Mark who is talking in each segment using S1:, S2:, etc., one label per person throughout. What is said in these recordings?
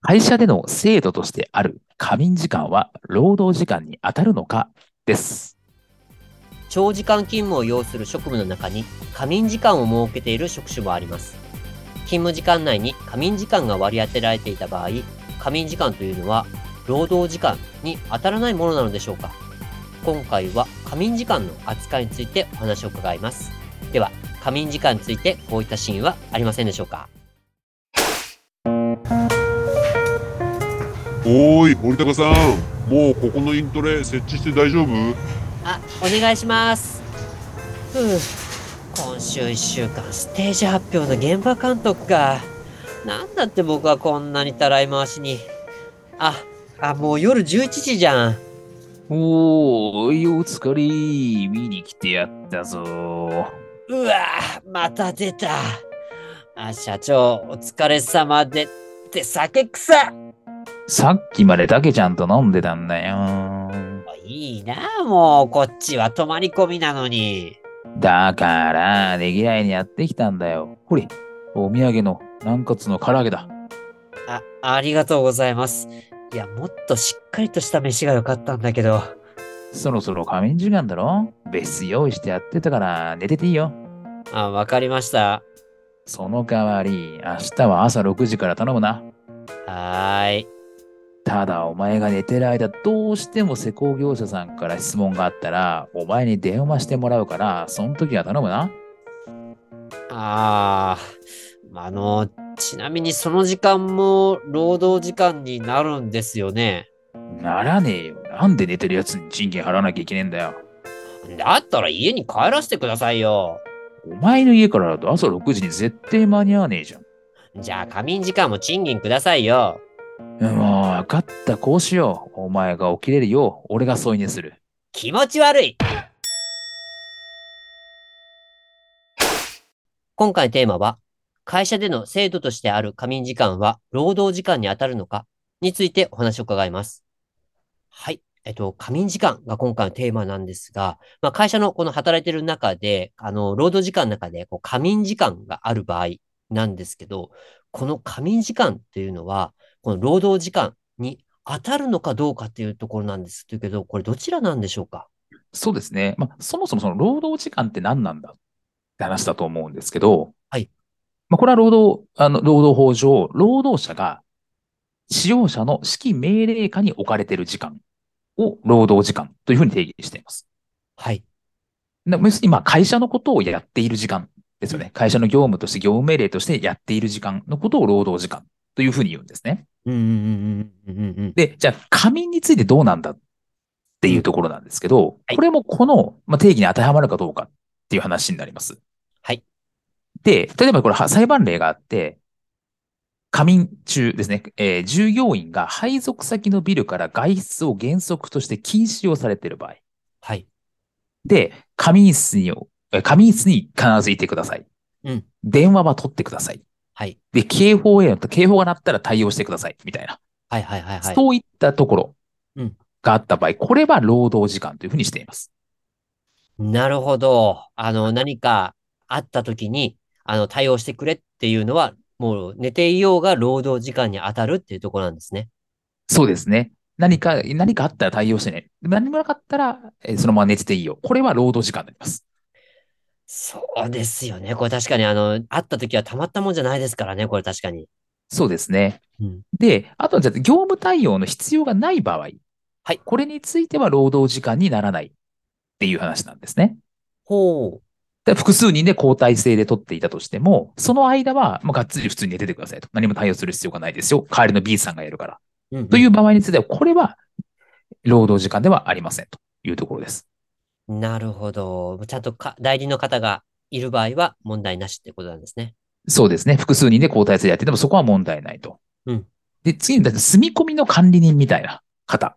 S1: 会社での制度としてある仮眠時間は労働時間に当たるのかです。
S2: 長時間勤務を要する職務の中に仮眠時間を設けている職種もあります。勤務時間内に仮眠時間が割り当てられていた場合、仮眠時間というのは労働時間に当たらないものなのでしょうか今回は仮眠時間の扱いについてお話を伺います。では、仮眠時間についてこういったシーンはありませんでしょうか
S3: おーい堀高さんもうここのイントレ設置して大丈夫
S2: あ、お願いします。ふう、今週1週間ステージ発表の現場監督か。なんだって僕はこんなにたらい回しに。あ、あ、もう夜11時じゃん。
S1: おーい、お疲れ。見に来てやったぞ。
S2: うわぁ、また出た。あ、社長、お疲れ様で、って酒臭
S1: さっきまでだけちゃんと飲んでたんだよ。
S2: いいなあもう、こっちは泊まり込みなのに。
S1: だから、ねぎらいにやってきたんだよ。ほれ、お土産の軟骨の唐揚げだ。
S2: あ、ありがとうございます。いや、もっとしっかりとした飯が良かったんだけど。
S1: そろそろ仮眠時間だろ別室用意してやってたから寝てていいよ。
S2: あ、わかりました。
S1: その代わり、明日は朝6時から頼むな。
S2: はーい。
S1: ただお前が寝てる間どうしても施工業者さんから質問があったらお前に電話してもらうからその時は頼むな
S2: ああ、あの、ちなみにその時間も労働時間になるんですよね。
S1: ならねえよなんで寝てるやつに賃金払わなきゃいけねえんだよ
S2: だったら家に帰らせてくださいよ。
S1: お前の家からだと朝6時に絶対間に合わねえじゃん
S2: じゃあ仮眠時間も賃金くださいよ。
S1: うんもう分かったこうしようお前が起きれるよう俺が添い寝する
S2: 気持ち悪い今回テーマは、会社での制度としてある仮眠時間は労働時間に当たるのかについてお話を伺います。はい。えっと、仮眠時間が今回のテーマなんですが、まあ、会社のこの働いてる中で、あの、労働時間の中でこう仮眠時間がある場合なんですけど、この仮眠時間っていうのは、この労働時間に当たるのかどうかっていうところなんですけど、これどちらなんでしょうか
S1: そうですね。まあ、そもそもその労働時間って何なんだって話だと思うんですけど、
S2: はい。
S1: まあ、これは労働、あの、労働法上、労働者が使用者の指揮命令下に置かれている時間を労働時間というふうに定義しています。
S2: はい。
S1: な要するに今、会社のことをやっている時間ですよね。会社の業務として業務命令としてやっている時間のことを労働時間というふうに言うんですね。
S2: うんうんうんうんうんうん。
S1: で、じゃあ、仮眠についてどうなんだっていうところなんですけど、
S2: はい
S1: これもこの、まあ、定義に当てはまるかどうかっていう話になります。
S2: はい。
S1: で、例えばこれは裁判例があって、仮眠中ですね、えー従業員が配属先のビルから外出を原則として禁止をされている場合。
S2: はい。
S1: で、仮眠室に、えー仮眠室に必ずいてください。
S2: うん
S1: 電話は取ってください。
S2: はい。
S1: で、警報への、警報が鳴ったら対応してください。みたいな。
S2: はいはいはいはい。
S1: そういったところ
S2: うん
S1: があった場合、これは労働時間というふうにしています。
S2: なるほど。あの、何かあった時に、あの、対応してくれっていうのは、もう寝ていようが労働時間に当たるっていうところなんですね。
S1: そうですね。何か、何かあったら対応してね。何もなかったら、えーそのまま寝てていいよ。これは労働時間になります。
S2: そうですよね。これ確かに、あの、あった時はたまったもんじゃないですからね、これ確かに。
S1: そうですね。
S2: うん
S1: で、あとはじゃあ業務対応の必要がない場合。
S2: はい
S1: これについては労働時間にならないっていう話なんですね。
S2: ほう。
S1: だから複数人で交代制で取っていたとしても、その間は、まあ、がっつり普通に寝ててくださいと。何も対応する必要がないですよ。代わりの B さんがやるから。
S2: うんうん
S1: という場合については、これは労働時間ではありませんというところです。
S2: なるほど。ちゃんとか代理の方がいる場合は問題なしってことなんですね。
S1: そうですね。複数人で交代制でやってても、そこは問題ないと。
S2: うん
S1: で、次に、だって住み込みの管理人みたいな方。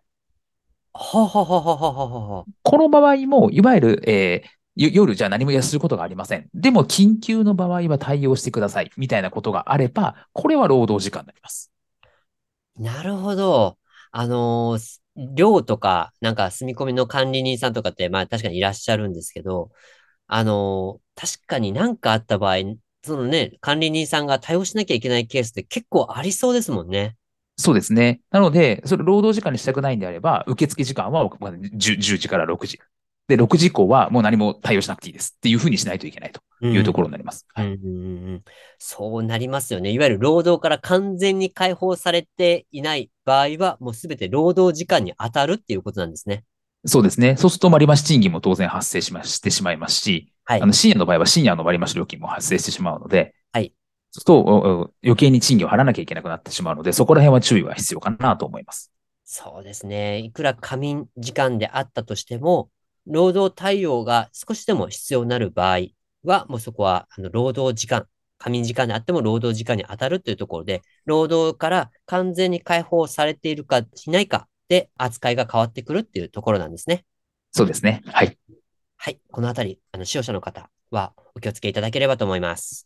S2: ははははははは。
S1: この場合も、いわゆる、えーよ夜じゃあ何もすることがありません。でも緊急の場合は対応してください。みたいなことがあれば、これは労働時間になります。
S2: なるほど。あのーす寮とか、なんか住み込みの管理人さんとかって、まあ確かにいらっしゃるんですけど、あのー確かに何かあった場合、そのね、管理人さんが対応しなきゃいけないケースって結構ありそうですもんね。
S1: そうですね。なので、それ労働時間にしたくないんであれば、受付時間はまあ 10, 10時から6時。で、6時以降はもう何も対応しなくていいですっていうふうにしないといけないと
S2: うん
S1: いうところになります。
S2: うんうんうん、そうなりますよね。いわゆる労働から完全に解放されていない場合は、もうすべて労働時間に当たるっていうことなんですね。
S1: そうですね。そうすると、割増賃金も当然発生しましてしまいますし、
S2: はい
S1: あの深夜の場合は深夜の割増料金も発生してしまうので、
S2: はい
S1: そうするとおお余計に賃金を払わなきゃいけなくなってしまうので、そこら辺は注意は必要かなと思います。
S2: そうですね。いくら仮眠時間であったとしても、労働対応が少しでも必要になる場合は、もうそこは、あの、労働時間、仮眠時間であっても労働時間に当たるというところで、労働から完全に解放されているかしないかで扱いが変わってくるっていうところなんですね。
S1: そうですね。はい。
S2: はい。このあたり、あの、使用者の方はお気をつけいただければと思います。